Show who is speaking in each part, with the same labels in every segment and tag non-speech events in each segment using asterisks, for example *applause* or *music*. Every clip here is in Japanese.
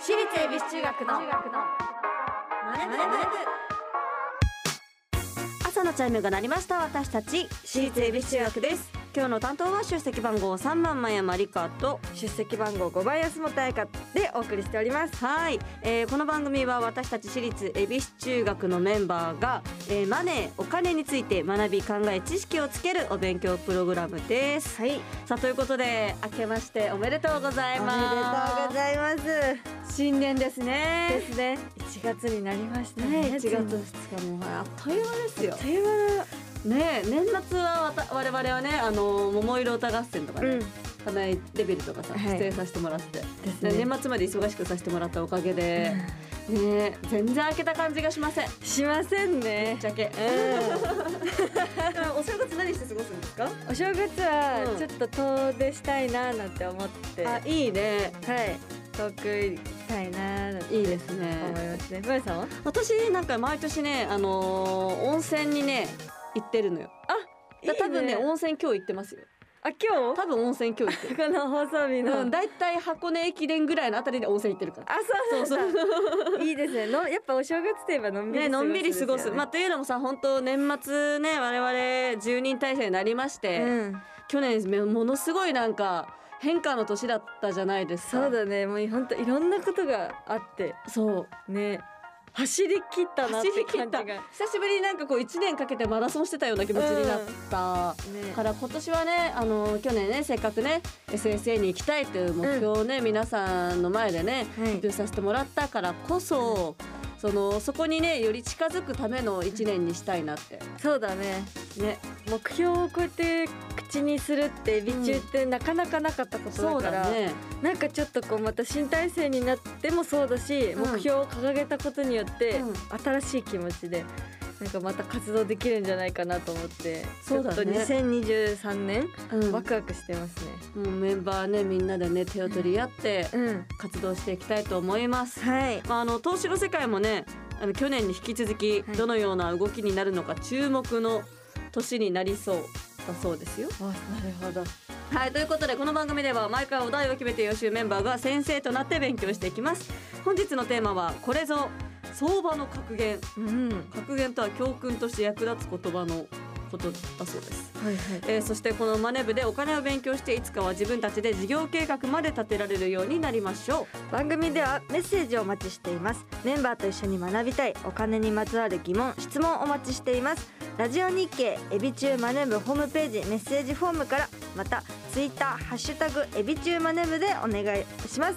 Speaker 1: 私立恵比寿中学の学のマネブ
Speaker 2: 朝のチャイムが鳴りました私たち
Speaker 1: 私立恵比寿中学です
Speaker 2: 今日の担当は出席番号3番前山理香と
Speaker 1: 出席番号5番安本彩香でお送りしております
Speaker 2: はい、えーこの番組は私たち私立恵比寿中学のメンバーが、えーマネーお金について学び考え知識をつけるお勉強プログラムです
Speaker 1: はい
Speaker 2: さあということで明けましておめでとうござい
Speaker 1: おめで
Speaker 2: ます
Speaker 1: とうございます
Speaker 2: ます新年ですね
Speaker 1: ですね1月になりました
Speaker 2: ね
Speaker 1: ね
Speaker 2: 1月2日もあっという間ですよ
Speaker 1: あっという間だ
Speaker 2: ね年末はわた我々はねあの桃色歌合戦とかね、
Speaker 1: うん
Speaker 2: 課題レベルとかさ、
Speaker 1: はい
Speaker 2: 出演させてもらって、
Speaker 1: です
Speaker 2: で
Speaker 1: ね
Speaker 2: 年末まで忙しくさせてもらったおかげで、ね全然開けた感じがしませんぶ
Speaker 1: しませんね
Speaker 2: っちゃけ、 *laughs* お正月何して過ごすんですか
Speaker 1: お正月
Speaker 2: う
Speaker 1: は
Speaker 2: ん
Speaker 1: ちょっと遠出したいななんて思って、
Speaker 2: あいいね
Speaker 1: はい遠く行きたいななんて
Speaker 2: いいですね
Speaker 1: 思いますね。萌さんは？
Speaker 2: 私なんか毎年ねあのー温泉にね行ってるのよだ多分ね温泉今日行ってますよ
Speaker 1: あ今
Speaker 2: 多分温泉今日行って
Speaker 1: 日
Speaker 2: る
Speaker 1: この放送日の、
Speaker 2: うん、だいたい箱根駅伝ぐらいのあたりで温泉行ってるから
Speaker 1: あそう
Speaker 2: そう
Speaker 1: なんだ。 *laughs* いいですね。のやっぱお正月といえばのんびり
Speaker 2: ね、のんびり過ごす、まあ、
Speaker 1: て、
Speaker 2: というのもさ本当年末ね我々10人体制になりまして、
Speaker 1: うん
Speaker 2: 去年めものすごいなんか変化の年だったじゃないですか
Speaker 1: そうだねもう本当いろんなことがあって
Speaker 2: そう
Speaker 1: ね走り切ったなっ
Speaker 2: 走
Speaker 1: て
Speaker 2: り切っ
Speaker 1: 感じ
Speaker 2: た
Speaker 1: が
Speaker 2: 久しぶりになんかこう1年かけてマラソンしてたような気持ちになった、
Speaker 1: ね
Speaker 2: から今年はねあの去年ねせっかくね SSA に行きたいという目標をね、皆さんの前でね
Speaker 1: はい
Speaker 2: 発表させてもらったからこそ、そのそこにねより近づくための1年にしたいなって
Speaker 1: そうだね
Speaker 2: ね
Speaker 1: 目標をこうやって口にするって美中ってなかなかなかったこと
Speaker 2: そう
Speaker 1: だから、
Speaker 2: だね
Speaker 1: なんかちょっとこうまた新体制になってもそうだし、
Speaker 2: うん
Speaker 1: 目標を掲げたことによって、
Speaker 2: う
Speaker 1: 新しい気持ちでなんかまた活動できるんじゃないかなと思って
Speaker 2: そうだね
Speaker 1: ちょっと2023年、
Speaker 2: うん
Speaker 1: ワクワクしてますね。
Speaker 2: もうメンバーねみんなでね手を取り合って
Speaker 1: うん、
Speaker 2: 活動していきたいと思います。
Speaker 1: はい
Speaker 2: まあ、あの投資の世界もねあの去年に引き続き
Speaker 1: はい
Speaker 2: どのような動きになるのか注目の年になりそうだそうですよ。
Speaker 1: あなるほど
Speaker 2: はいということでこの番組では毎回お題を決めて予習メンバーが先生となって勉強していきます。本日のテーマはこれぞ相場の格言
Speaker 1: うん
Speaker 2: 格言とは教訓として役立つ言葉のことだそうです。
Speaker 1: はいはい
Speaker 2: えーそしてこのマネ部でお金を勉強していつかは自分たちで事業計画まで立てられるようになりましょ
Speaker 1: 番組ではメッセージをお待ちしていますメンバーと一緒に学びたいお金にまつわる疑問質問をお待ちしていますラジオ日経エビチューマネブホームページメッセージフォームからまたツイッターハッシュタグエビチューマネブでお願いします
Speaker 2: う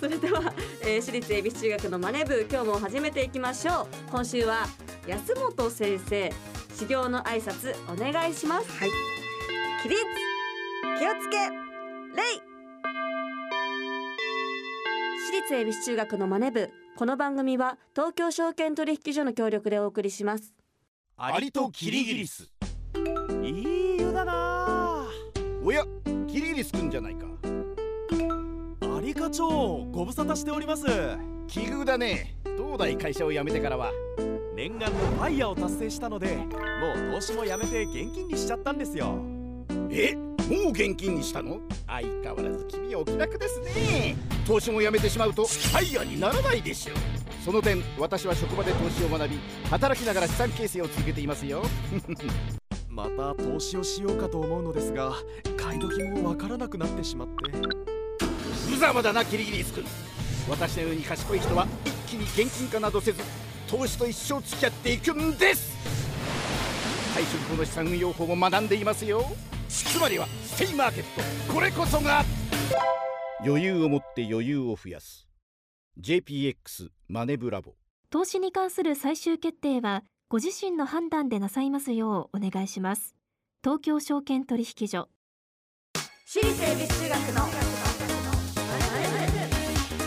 Speaker 2: それでは、えー私立恵比寿中学のマネ部今日も始めていきましょう今週は安本先生修行の挨拶お願いします
Speaker 1: はい起立気をつけレイ
Speaker 2: 私立恵比寿中学のマネ部この番組は東京証券取引所の協力でお送りします
Speaker 3: アリとキリギリスいい湯だなあ
Speaker 4: おやキリギリスくんじゃないか
Speaker 3: アリ課長ご無沙汰しております
Speaker 4: 奇遇だね東大会社を辞めてからは
Speaker 3: 念願のファイヤーを達成したのでもう投資もやめて現金にしちゃったんですよ
Speaker 4: えもう現金にしたの相変わらず君はお気楽ですね投資も辞めてしまうとファイヤーにならないでしょうその点私は職場で投資を学び働きながら資産形成を続けていますよ
Speaker 3: また投資をしようかと思うのですが買い時もわからなくなってしまって
Speaker 4: 無様だなキリギリスくん私のように賢い人は一気に現金化などせず投資と一生付き合っていくんです退職後の資産運用法も学んでいますよつまりはステイマーケットこれこそが余裕を持って余裕を増やす JPX マネブラボ
Speaker 5: 投資に関する最終決定はご自身の判断でなさいますようお願いします東京証券取引所
Speaker 1: 私立恵比寿中学の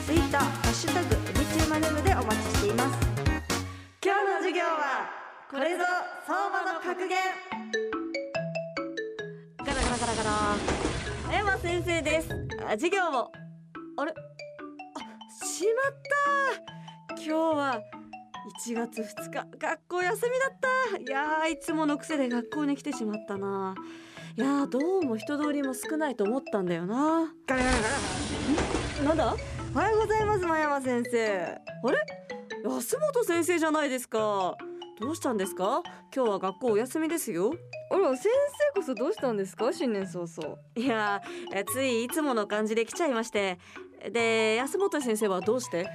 Speaker 1: ツイッターハッシュタグエビチューマネブでお待ちしています今日の授業はこれぞ相場の格言
Speaker 2: ガラガラガラガラ山先生ですあ授業をあれあしまった今日は1月2日学校休みだったいやーいつもの癖で学校に来てしまったないやーどうも人通りも少ないと思ったんだよな
Speaker 1: ガラガラガ
Speaker 2: なんだおはようございます真山先生あれ安本先生じゃないですかどうしたんですか今日は学校お休みですよ
Speaker 1: あら先生こそどうしたんですか新年早々
Speaker 2: いやーえついいつもの感じで来ちゃいましてで安本先生はどうして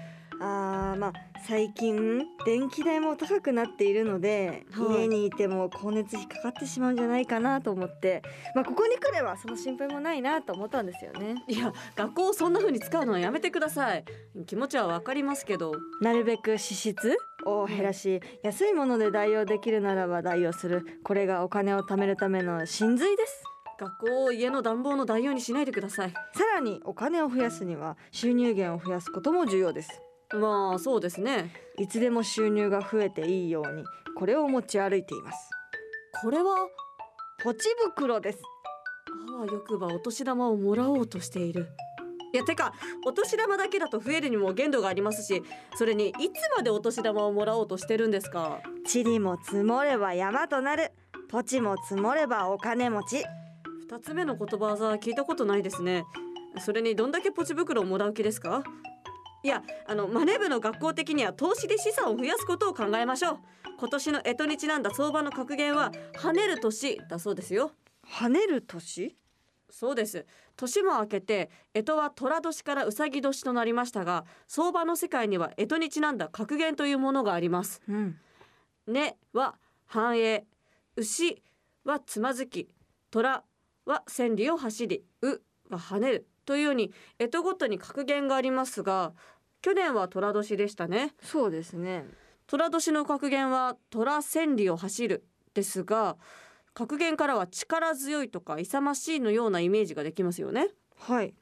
Speaker 1: あーまあ最近電気代も高くなっているので、
Speaker 2: はい
Speaker 1: 家にいても光熱費かかってしまうんじゃないかなと思ってまあここに来ればその心配もないなと思ったんですよね
Speaker 2: いや学校をそんな風に使うのはやめてください気持ちはわかりますけど
Speaker 1: なるべく支出を減らし、安いもので代用できるならば代用するこれがお金を貯めるための真髄です
Speaker 2: 学校を家の暖房の代用にしないでください
Speaker 1: さらにお金を増やすには収入源を増やすことも重要です
Speaker 2: まあそうですね
Speaker 1: いつでも収入が増えていいようにこれを持ち歩いています
Speaker 2: これは
Speaker 1: ポチ袋です
Speaker 2: あわよくばお年玉をもらおうとしているいやてかお年玉だけだと増えるにも限度がありますしそれにいつまでお年玉をもらおうとしてるんですか
Speaker 1: 地理も積もれば山となるポチも積もればお金持ち
Speaker 2: 二つ目の言葉技は聞いたことないですねそれにどんだけポチ袋をもらう気ですかいやあのマネ部の学校的には投資で資産を増やすことを考えましょう今年の干支にちなんだ相場の格言は跳ねる年だそうですよ
Speaker 1: 跳ねる年
Speaker 2: そうです年も明けて干支は寅年からうさぎ年となりましたが相場の世界には干支にちなんだ格言というものがあります
Speaker 1: うん
Speaker 2: ねは繁栄牛はつまずき虎は千里を走りうは跳ねるというように干支ごとに格言がありますが去年は虎年でしたね
Speaker 1: そうですね
Speaker 2: 虎年の格言は虎千里を走るですが格言からは力強いとか勇ましいのようなイメージができますよね
Speaker 1: はい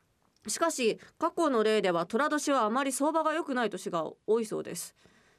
Speaker 2: しかし過去の例では寅年はあまり相場が良くない年が多いそうです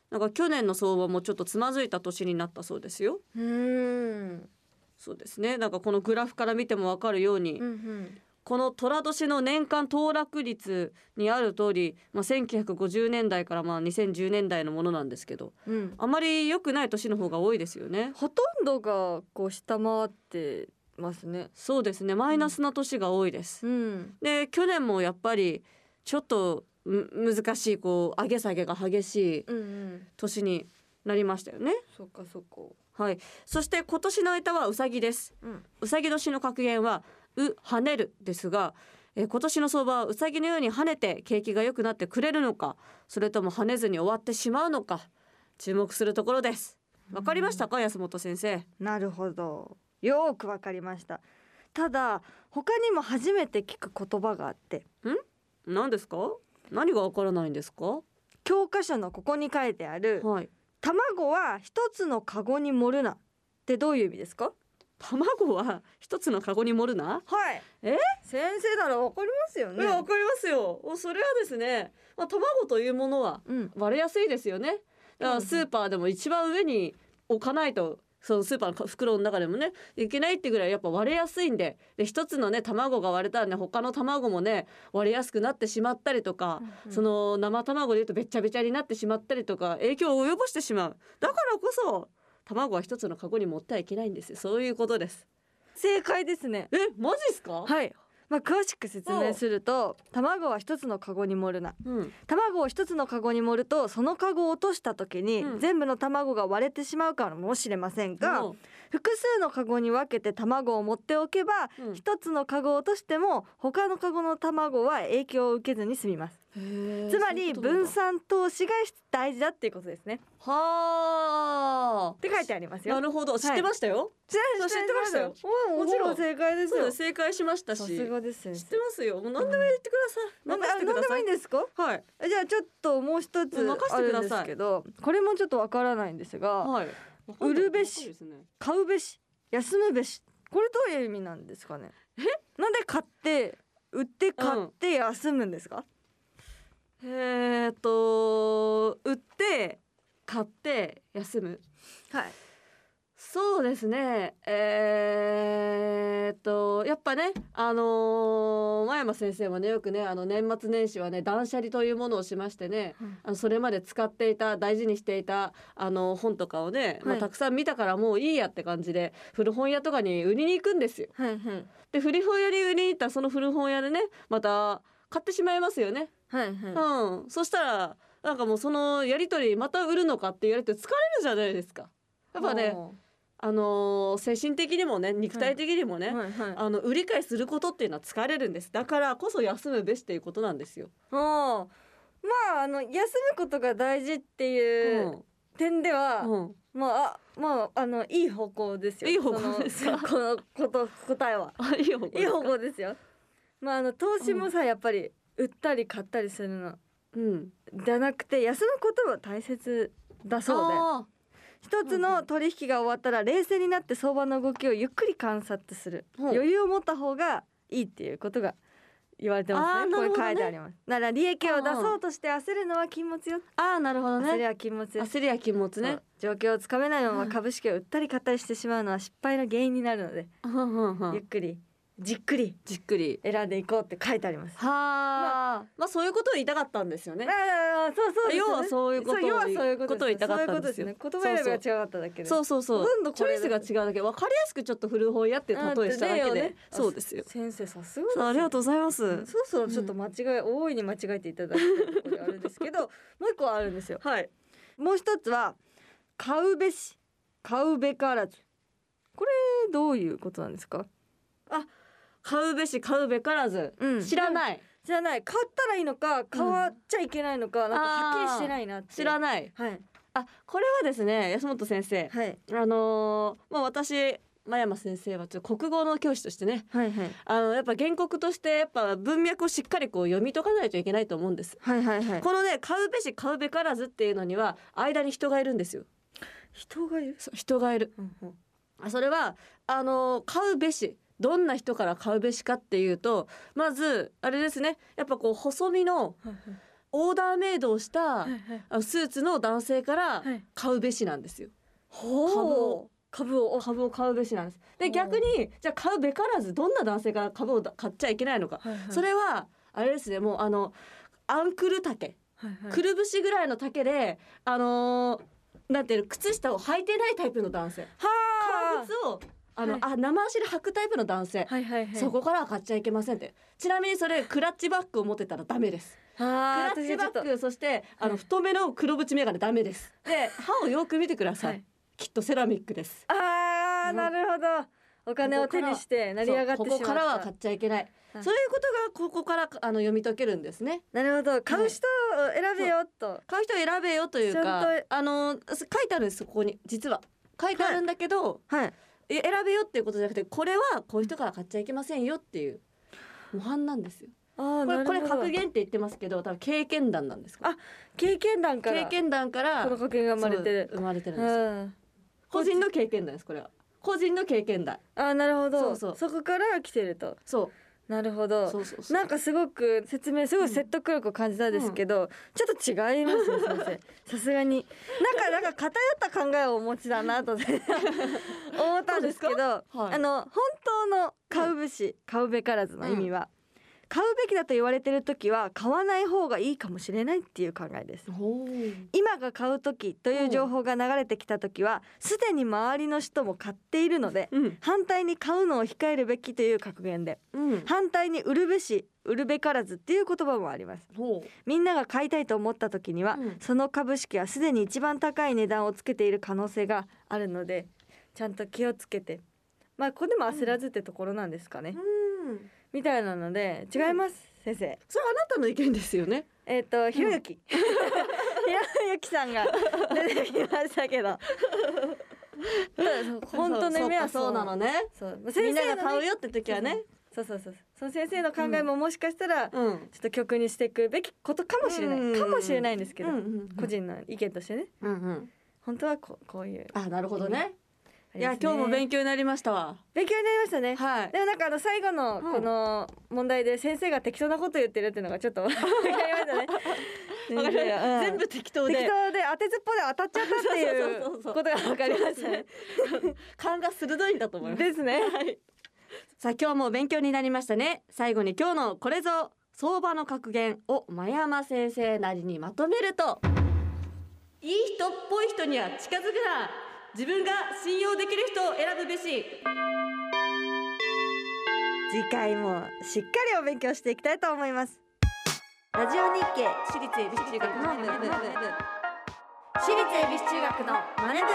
Speaker 2: なんか去年の相場もちょっとつまずいた年になったそうですよ
Speaker 1: うーん
Speaker 2: そうですねなんかこのグラフから見てもわかるよう
Speaker 1: う
Speaker 2: に、
Speaker 1: んうん
Speaker 2: この寅年の年間騰落率にある通り、まあ、1950年代からまあ2010年代のものなんですけど
Speaker 1: うん
Speaker 2: あまり良くない年の方が多いですよね
Speaker 1: ほとんどがこう下回ってますね
Speaker 2: そうですねマイナスな年が多いです、
Speaker 1: うん
Speaker 2: で去年もやっぱりちょっとむ難しいこう上げ下げが激しい
Speaker 1: うんうん
Speaker 2: 年になりましたよね
Speaker 1: そっかそっか
Speaker 2: はいそして今年の間はうさぎです
Speaker 1: うん
Speaker 2: うさぎ年の格言はう跳ねるですがえー今年の相場はうさぎのように跳ねて景気が良くなってくれるのかそれとも跳ねずに終わってしまうのか注目するところですわかりましたか安本先生
Speaker 1: なるほどよーくわかりましたただ他にも初めて聞く言葉があって
Speaker 2: 何ですか何がわからないんですか
Speaker 1: 教科書のここに書いてある
Speaker 2: はい
Speaker 1: 卵は一つのカゴに盛るなってどういう意味ですか
Speaker 2: 卵は一つのカゴに盛るな
Speaker 1: はい
Speaker 2: え
Speaker 1: 先生ならわかりますよ
Speaker 2: いやわかりますよおそれはですねまあ卵というものは
Speaker 1: うん
Speaker 2: 割れやすいですよねだか
Speaker 1: う
Speaker 2: ら
Speaker 1: ん
Speaker 2: スーパーでも一番上に置かないとそのスーパーの袋の中でもねいけないってぐらいやっぱ割れやすいんでで一つのね卵が割れたらね他の卵もね割れやすくなってしまったりとか、その生卵でいうとべっちゃべちゃになってしまったりとか影響を及ぼしてしまうだからこそ卵は一つのカゴに持ってはいけないんですよそういうことです
Speaker 1: 正解ですね
Speaker 2: えマジですか、
Speaker 1: はいまあ、詳しく説明すると卵は一つのカゴに盛るな
Speaker 2: うん、
Speaker 1: 卵を一つのカゴに盛るとそのカゴを落とした時に、
Speaker 2: うん
Speaker 1: 全部の卵が割れてしまうかもしれませんが、
Speaker 2: も
Speaker 1: 複数のカゴに分けて卵を持っておけば
Speaker 2: ううん
Speaker 1: 一つのカゴを落としても他のカゴの卵は影響を受けずに済みますつまり分散投資が大事だっていうことですね。っ
Speaker 2: はあ
Speaker 1: て書いてあります
Speaker 2: な
Speaker 1: よ。
Speaker 2: るほど知ってましたよ、
Speaker 1: 知
Speaker 2: そう知ってましたよ。
Speaker 1: うん
Speaker 2: もちろ
Speaker 1: ほ
Speaker 2: ん
Speaker 1: ぼ正解です
Speaker 2: そう
Speaker 1: よ
Speaker 2: です。正解しましたし
Speaker 1: さ
Speaker 2: 知っ
Speaker 1: す
Speaker 2: て
Speaker 1: がですよ。
Speaker 2: ますよもう何でも言ってください、
Speaker 1: なんで
Speaker 2: 任
Speaker 1: あ
Speaker 2: せて
Speaker 1: な
Speaker 2: く
Speaker 1: ん
Speaker 2: だ
Speaker 1: でも
Speaker 2: さ
Speaker 1: い
Speaker 2: い
Speaker 1: いんですか？
Speaker 2: はい
Speaker 1: じゃあちょっともう一つ
Speaker 2: 任せ
Speaker 1: あ
Speaker 2: てください
Speaker 1: るんですけど、これもちょっとわからないんですが、
Speaker 2: はい
Speaker 1: 売るべし
Speaker 2: わかんない
Speaker 1: 買うべし、休むべし、これどういう意味なんですかね？え？なんで買って売って買って休むんですか？
Speaker 2: えーっと売って買って休む
Speaker 1: はい。
Speaker 2: そうですねえーっとやっぱねあのー、真山先生もねよくねあの年末年始はね断捨離というものをしましてね、
Speaker 1: うん
Speaker 2: あのそれまで使っていた大事にしていたあの本とかをね、ま
Speaker 1: は
Speaker 2: あ、
Speaker 1: い
Speaker 2: たくさん見たからもういいやって感じで古本屋とかに売りに行くんですよ。
Speaker 1: はいはい。
Speaker 2: で古本屋に売りに行ったらその古本屋でねまた買ってしまいますよね。
Speaker 1: はいはい
Speaker 2: うん、そしたらなんかもうそのやり取りまた売るのかって言われて疲れるじゃないですか。やっぱね、
Speaker 1: は
Speaker 2: あのー精神的にもね肉体的にもね、
Speaker 1: いはい
Speaker 2: あの売り買いすることっていうのは疲れるんですだからこそ休むべしっていうことなんですよ。
Speaker 1: もうまああの休むことが大事っていううん点では、
Speaker 2: うん
Speaker 1: まああまああのいい方向ですよ
Speaker 2: いい方向ですか
Speaker 1: そのこのこと答えは
Speaker 2: あ *laughs* いいよ
Speaker 1: いい方向ですよまああの投資もさやっぱり売ったり買ったりするの
Speaker 2: うん
Speaker 1: じゃなくて休むことは大切だそうで
Speaker 2: あ
Speaker 1: 一つの取引が終わったら冷静になって相場の動きをゆっくり観察する、
Speaker 2: うん
Speaker 1: 余裕を持った方がいいっていうことが言われてますね
Speaker 2: あーなる
Speaker 1: こ
Speaker 2: ほど
Speaker 1: れ
Speaker 2: ね
Speaker 1: 書いてありますなら利益を出そうとして焦るのは禁物よ、
Speaker 2: ああなるほど
Speaker 1: 焦り
Speaker 2: ね
Speaker 1: は禁物です
Speaker 2: 焦りや気持ちね。
Speaker 1: 状況をつかめないまま
Speaker 2: うん
Speaker 1: 株式を売ったり買ったりしてしまうのは失敗の原因になるので、
Speaker 2: うんうんう
Speaker 1: ゆっ
Speaker 2: ん
Speaker 1: くりじっくり
Speaker 2: じっくり。
Speaker 1: 選んでいこうって書いてあります
Speaker 2: はあ、まあそういうことを言いたかったんですよね。
Speaker 1: ああそうそうですよね
Speaker 2: 要はそういうことを
Speaker 1: そ要はそういうこと
Speaker 2: ことを言いたかったんですよ
Speaker 1: そういうことですね言葉選びが違かっただけです
Speaker 2: そうそうそう。
Speaker 1: ほとんどこ
Speaker 2: チョ
Speaker 1: れ
Speaker 2: イ
Speaker 1: です
Speaker 2: スが違うだけ、わかりやすくちょっと古本屋って例えしただけ
Speaker 1: あ
Speaker 2: で、
Speaker 1: でね
Speaker 2: そうですよ。
Speaker 1: 先生さすごいです
Speaker 2: そう
Speaker 1: ね
Speaker 2: ありがとうございます。
Speaker 1: そろそろちょっと間違い、大いに間違えていただいてるところがあるんです
Speaker 2: *laughs*
Speaker 1: けどもう一個あるんですよ
Speaker 2: はい。
Speaker 1: もう一つは買うべし買うべからずこれどういうことなんですか
Speaker 2: 買うべし買うべからず、
Speaker 1: うん
Speaker 2: 知らない、
Speaker 1: じゃない買ったらいいのか買わっちゃいけないのか、なんかはっきりしてないなって
Speaker 2: 知ら
Speaker 1: な
Speaker 2: ない。
Speaker 1: はい
Speaker 2: あ、これはですね、安本先生。
Speaker 1: はい
Speaker 2: あのーまあ私真山先生はちょっと国語の教師としてね、
Speaker 1: はいはい
Speaker 2: あのやっぱ原告としてやっぱ文脈をしっかりこう読み解かないといけないと思うんです。
Speaker 1: はいはいはい
Speaker 2: このね買うべし買うべからずっていうのには間に人がいるんですよ。
Speaker 1: 人がいる、
Speaker 2: そう人がいる。
Speaker 1: うんうん
Speaker 2: あそれはあの買うべしどんな人から買うべしかっていうとまずあれですねやっぱこう細身の
Speaker 1: はい
Speaker 2: オーダーメイドをした
Speaker 1: はいはい
Speaker 2: あのスーツの男性から
Speaker 1: はい
Speaker 2: 買うべしなんですよ。
Speaker 1: ほう
Speaker 2: 株を株を買うべしなんです。で
Speaker 1: ほう
Speaker 2: 逆にじゃあ買うべからずどんな男性から株をだ買っちゃいけないのか、
Speaker 1: はいはい
Speaker 2: それはあれですねもうあのアンクル丈
Speaker 1: はいはい
Speaker 2: くるぶしぐらいの丈であのーなんていうの靴下を履いてないタイプの男性。
Speaker 1: は
Speaker 2: 革靴をあの、
Speaker 1: はい
Speaker 2: あ生足で履くタイプの男性、
Speaker 1: はいはいはい
Speaker 2: そこからは買っちゃいけませんってちなみにそれクラッチバッグを持ってたらダメですク
Speaker 1: あ
Speaker 2: ラ
Speaker 1: ー
Speaker 2: ッチ
Speaker 1: 私が
Speaker 2: バ
Speaker 1: ちょ
Speaker 2: ッ
Speaker 1: っと
Speaker 2: グそしてあ
Speaker 1: は
Speaker 2: の
Speaker 1: い
Speaker 2: 太めの黒縁眼鏡ダメですで歯をよく見てください、
Speaker 1: はい
Speaker 2: きっとセラミックです
Speaker 1: あー
Speaker 2: うん
Speaker 1: なるほどお金を手にして成り上がってしまった
Speaker 2: そうここからは買っちゃいけない、
Speaker 1: はい
Speaker 2: そういうことがここからあの読み解けるんですね
Speaker 1: なるほど買う人を選べよと
Speaker 2: 買う人を選べよというか
Speaker 1: ちゃんと
Speaker 2: あのす書いてあるんですここに実は書いてあるんだけど、
Speaker 1: はい
Speaker 2: え選べよっていうことじゃなくてこれはこういう人から買っちゃいけませんよっていう模範なんですよ
Speaker 1: あー
Speaker 2: こ
Speaker 1: な
Speaker 2: れ
Speaker 1: るほど
Speaker 2: これ格言って言ってますけど多分経験談なんですこれ
Speaker 1: あ経験談から
Speaker 2: 経験談から
Speaker 1: この格言が生まれて
Speaker 2: そう
Speaker 1: る
Speaker 2: 生まれてるん
Speaker 1: う
Speaker 2: ですよ
Speaker 1: ん
Speaker 2: 個人の経験談ですこれは個人の経験談
Speaker 1: あーなるほ
Speaker 2: そ
Speaker 1: ど
Speaker 2: うそう
Speaker 1: こから来てると
Speaker 2: そ
Speaker 1: なるほ
Speaker 2: う
Speaker 1: ど
Speaker 2: そうそうそう
Speaker 1: なんかすごく説明すご
Speaker 2: う
Speaker 1: い
Speaker 2: ん
Speaker 1: 説得力を感じたんですけど、ちょっと違いますね先生さ *laughs* すがになんかなんか偏った考えをお持ちだなと *laughs* 思ったんですけど
Speaker 2: はい
Speaker 1: あの本当の買うべし、買うべからずの意味は、買うべきだと言われてる時は買わない方がいいかもしれないっていう考えです
Speaker 2: ほう
Speaker 1: 今が買う時という情報が流れてきた時はすでに周りの人も買っているので
Speaker 2: うん
Speaker 1: 反対に買うのを控えるべきという格言で
Speaker 2: うん
Speaker 1: 反対に売るべし売るべからずっていう言葉もあります
Speaker 2: ほ
Speaker 1: みんなが買いたいと思った時には、
Speaker 2: うん
Speaker 1: その株式はすでに一番高い値段をつけている可能性があるのでちゃんと気をつけてまあここでも焦らずってところなんですかね、
Speaker 2: ううん
Speaker 1: みたいなので違います、先生
Speaker 2: それあなたの意見ですよね
Speaker 1: えっ、とひろ
Speaker 2: *laughs*
Speaker 1: ゆき、ひろゆきさんが出てきましたけ
Speaker 2: *laughs*
Speaker 1: ど本当ね
Speaker 2: そう
Speaker 1: 目は
Speaker 2: そうなのね
Speaker 1: そう
Speaker 2: み
Speaker 1: 先
Speaker 2: んな
Speaker 1: 生
Speaker 2: が
Speaker 1: の
Speaker 2: 買
Speaker 1: ね
Speaker 2: うよって時はね
Speaker 1: そうそうそうその先生の考えももしかしたら、ちょ
Speaker 2: うん
Speaker 1: っと曲にしていくべきことかもしれない、
Speaker 2: うん
Speaker 1: かもしれないんですけど、
Speaker 2: うんうん
Speaker 1: 個人の意見としてね
Speaker 2: うんうん
Speaker 1: 本当はこうこういう
Speaker 2: あなるほどねいや
Speaker 1: ありますね
Speaker 2: 今日も勉強になりましたわ
Speaker 1: 勉強になりましたね、
Speaker 2: はい
Speaker 1: でもなんかあの最後の
Speaker 2: うん
Speaker 1: この問題で先生が適当なこと言ってるっていうのがちょっと *laughs* 分かりました *laughs* ね
Speaker 2: わかりました
Speaker 1: うん
Speaker 2: 全部適当で
Speaker 1: 適当で当てずっぽで当たっちゃったってい
Speaker 2: そうそう
Speaker 1: う
Speaker 2: そうそう
Speaker 1: ことが分かりましたね
Speaker 2: 勘が鋭いんだと思います
Speaker 1: ですね
Speaker 2: さあ今日も勉強になりましたね最後に今日のこれぞ相場の格言を前山先生なりにまとめるといい人っぽい人には近づくな自分が信用できる人を選ぶべし
Speaker 1: 次回もしっかりお勉強していきたいと思いますラジオ日経
Speaker 2: 私立恵比寿中学のマネ部私立恵比寿中学のマネ部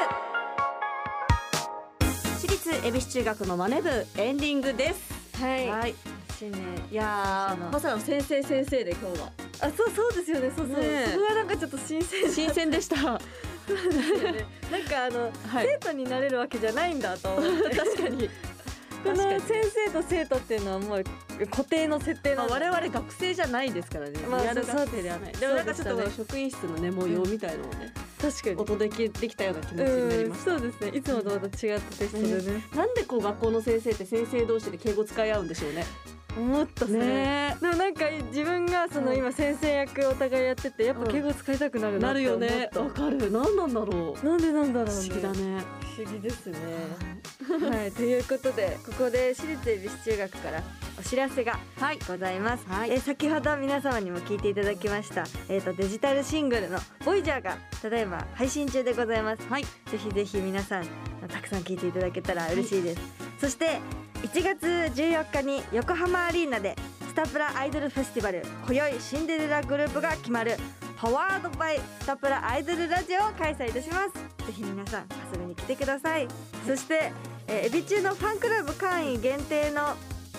Speaker 2: 私立恵比寿中学のマネ部エンディングです
Speaker 1: はい、
Speaker 2: はい、い
Speaker 1: 新年
Speaker 2: やーまさかの先生先生で今日は
Speaker 1: あそうそうですよねそうそう、
Speaker 2: ねえ
Speaker 1: それはなんかちょっと新鮮
Speaker 2: 新鮮でしたは
Speaker 1: だよねなんかあの、
Speaker 2: い
Speaker 1: 生徒になれるわけじゃないんだと思って
Speaker 2: 確かに
Speaker 1: この
Speaker 2: 確かに
Speaker 1: 先生と生徒っていうのはもう固定の設定な
Speaker 2: まあ
Speaker 1: の、
Speaker 2: 我々学生じゃないですからね、
Speaker 1: まあ
Speaker 2: リアル
Speaker 1: そうそう
Speaker 2: 学生ではない
Speaker 1: です
Speaker 2: でもなんかちょっ
Speaker 1: そうで
Speaker 2: と
Speaker 1: し
Speaker 2: 職員室のね模様みたいのをね、
Speaker 1: 確かに
Speaker 2: お届けできたような気持ちになり
Speaker 1: うん
Speaker 2: まし
Speaker 1: そうですねいつもとまた違ったテストでね、
Speaker 2: た、なんでこう学校の先生って先生同士で敬語使い合うんでしょうね
Speaker 1: 思ったそれ
Speaker 2: ね
Speaker 1: でもなんか自分がその
Speaker 2: うん
Speaker 1: 今先生役お互いやっててやっぱ敬語使いたくなるな
Speaker 2: な
Speaker 1: っ
Speaker 2: る
Speaker 1: て思
Speaker 2: よ
Speaker 1: った
Speaker 2: ねわかる何なんだろう
Speaker 1: なんでなんだろうね
Speaker 2: 不思議だね
Speaker 1: 不思議ですねはいということでここで私立恵比寿中学からお知らせが
Speaker 2: はい
Speaker 1: ございます、
Speaker 2: はい
Speaker 1: えー先ほど皆様にも聞いていただきました、えー、とデジタルシングルの「ボイジャーがただいま配信中でございます、
Speaker 2: はい
Speaker 1: ぜひぜひ皆さんたくさん聞いていただけたら嬉しいです、そして1月14日に横浜アリーナでスタプラアイドルフェスティバル「今宵シンデレラグループ」が決まる「パワードバイスタプラアイドルラジオ」を開催いたしますぜひ皆さん遊びに来てください、そして、えーエビ中のファンクラブ会員限定の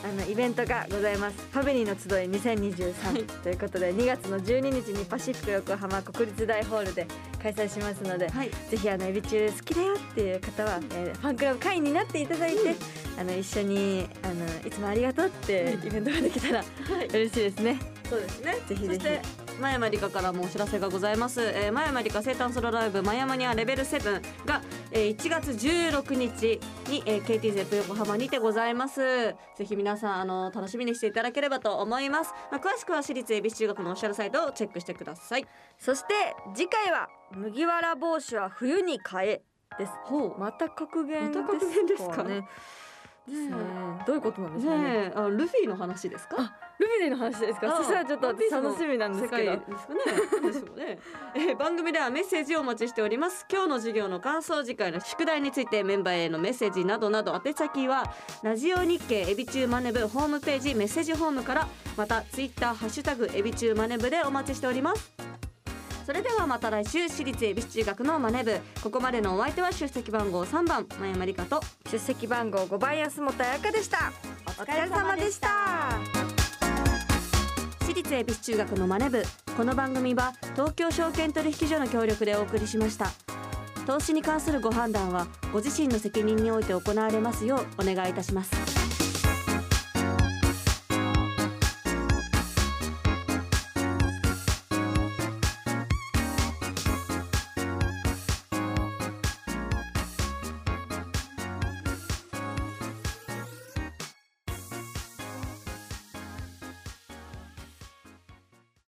Speaker 1: あのイベントがございますファミリーの集い2023ということで2月の12日にパシフィック横浜国立大ホールで開催しますので、
Speaker 2: はい
Speaker 1: ぜひあのエビ中好きだよっていう方は、えーファンクラブ会員になっていただいて、あの一緒にあのいつもありがとうってイベントができたら嬉しいですね。
Speaker 2: そうですね
Speaker 1: ぜひぜひ
Speaker 2: そして真山理香からもお知らせがございます、えー、真山理香生誕ソロライブ「真山にはレベル7」が、えー、1月16日に、えー、KTZ 横浜にてございますぜひ皆さんあの楽しみにしていただければと思います、まあ、詳しくは私立恵比寿中学のオフィシャルサイトをチェックしてください
Speaker 1: そして次回は麦わら帽子は冬に買えです。
Speaker 2: ほう
Speaker 1: また格言
Speaker 2: ま
Speaker 1: です
Speaker 2: た
Speaker 1: かね。
Speaker 2: 格言ですか
Speaker 1: ね
Speaker 2: ね
Speaker 1: どういうことなん
Speaker 2: え
Speaker 1: ですかね。
Speaker 2: ねえあルフィの話ですか
Speaker 1: ルミネの話ですか。
Speaker 2: あ
Speaker 1: そしたらちょっと
Speaker 2: ワンピースの
Speaker 1: 楽しみなんで
Speaker 2: 世
Speaker 1: すけ
Speaker 2: 界で
Speaker 1: ど
Speaker 2: す。かね。どうでしょうね。 *laughs* えー番組ではメッセージをお待ちしております。今日の授業の感想次回の宿題についてメンバーへのメッセージなどなど宛先はラジオ日経エビチューマネブホームページメッセージホームからまたツイッターハッシュタグエビチューマネブでお待ちしております。それではまた来週私立恵比寿中学のマネブここまでのお相手は出席番号3番真山理香と
Speaker 1: 出席番号5番安本彩香でした。お疲れ様でした。
Speaker 2: 私立恵比寿中学のマネ部この番組は東京証券取引所の協力でお送りしました投資に関するご判断はご自身の責任において行われますようお願いいたします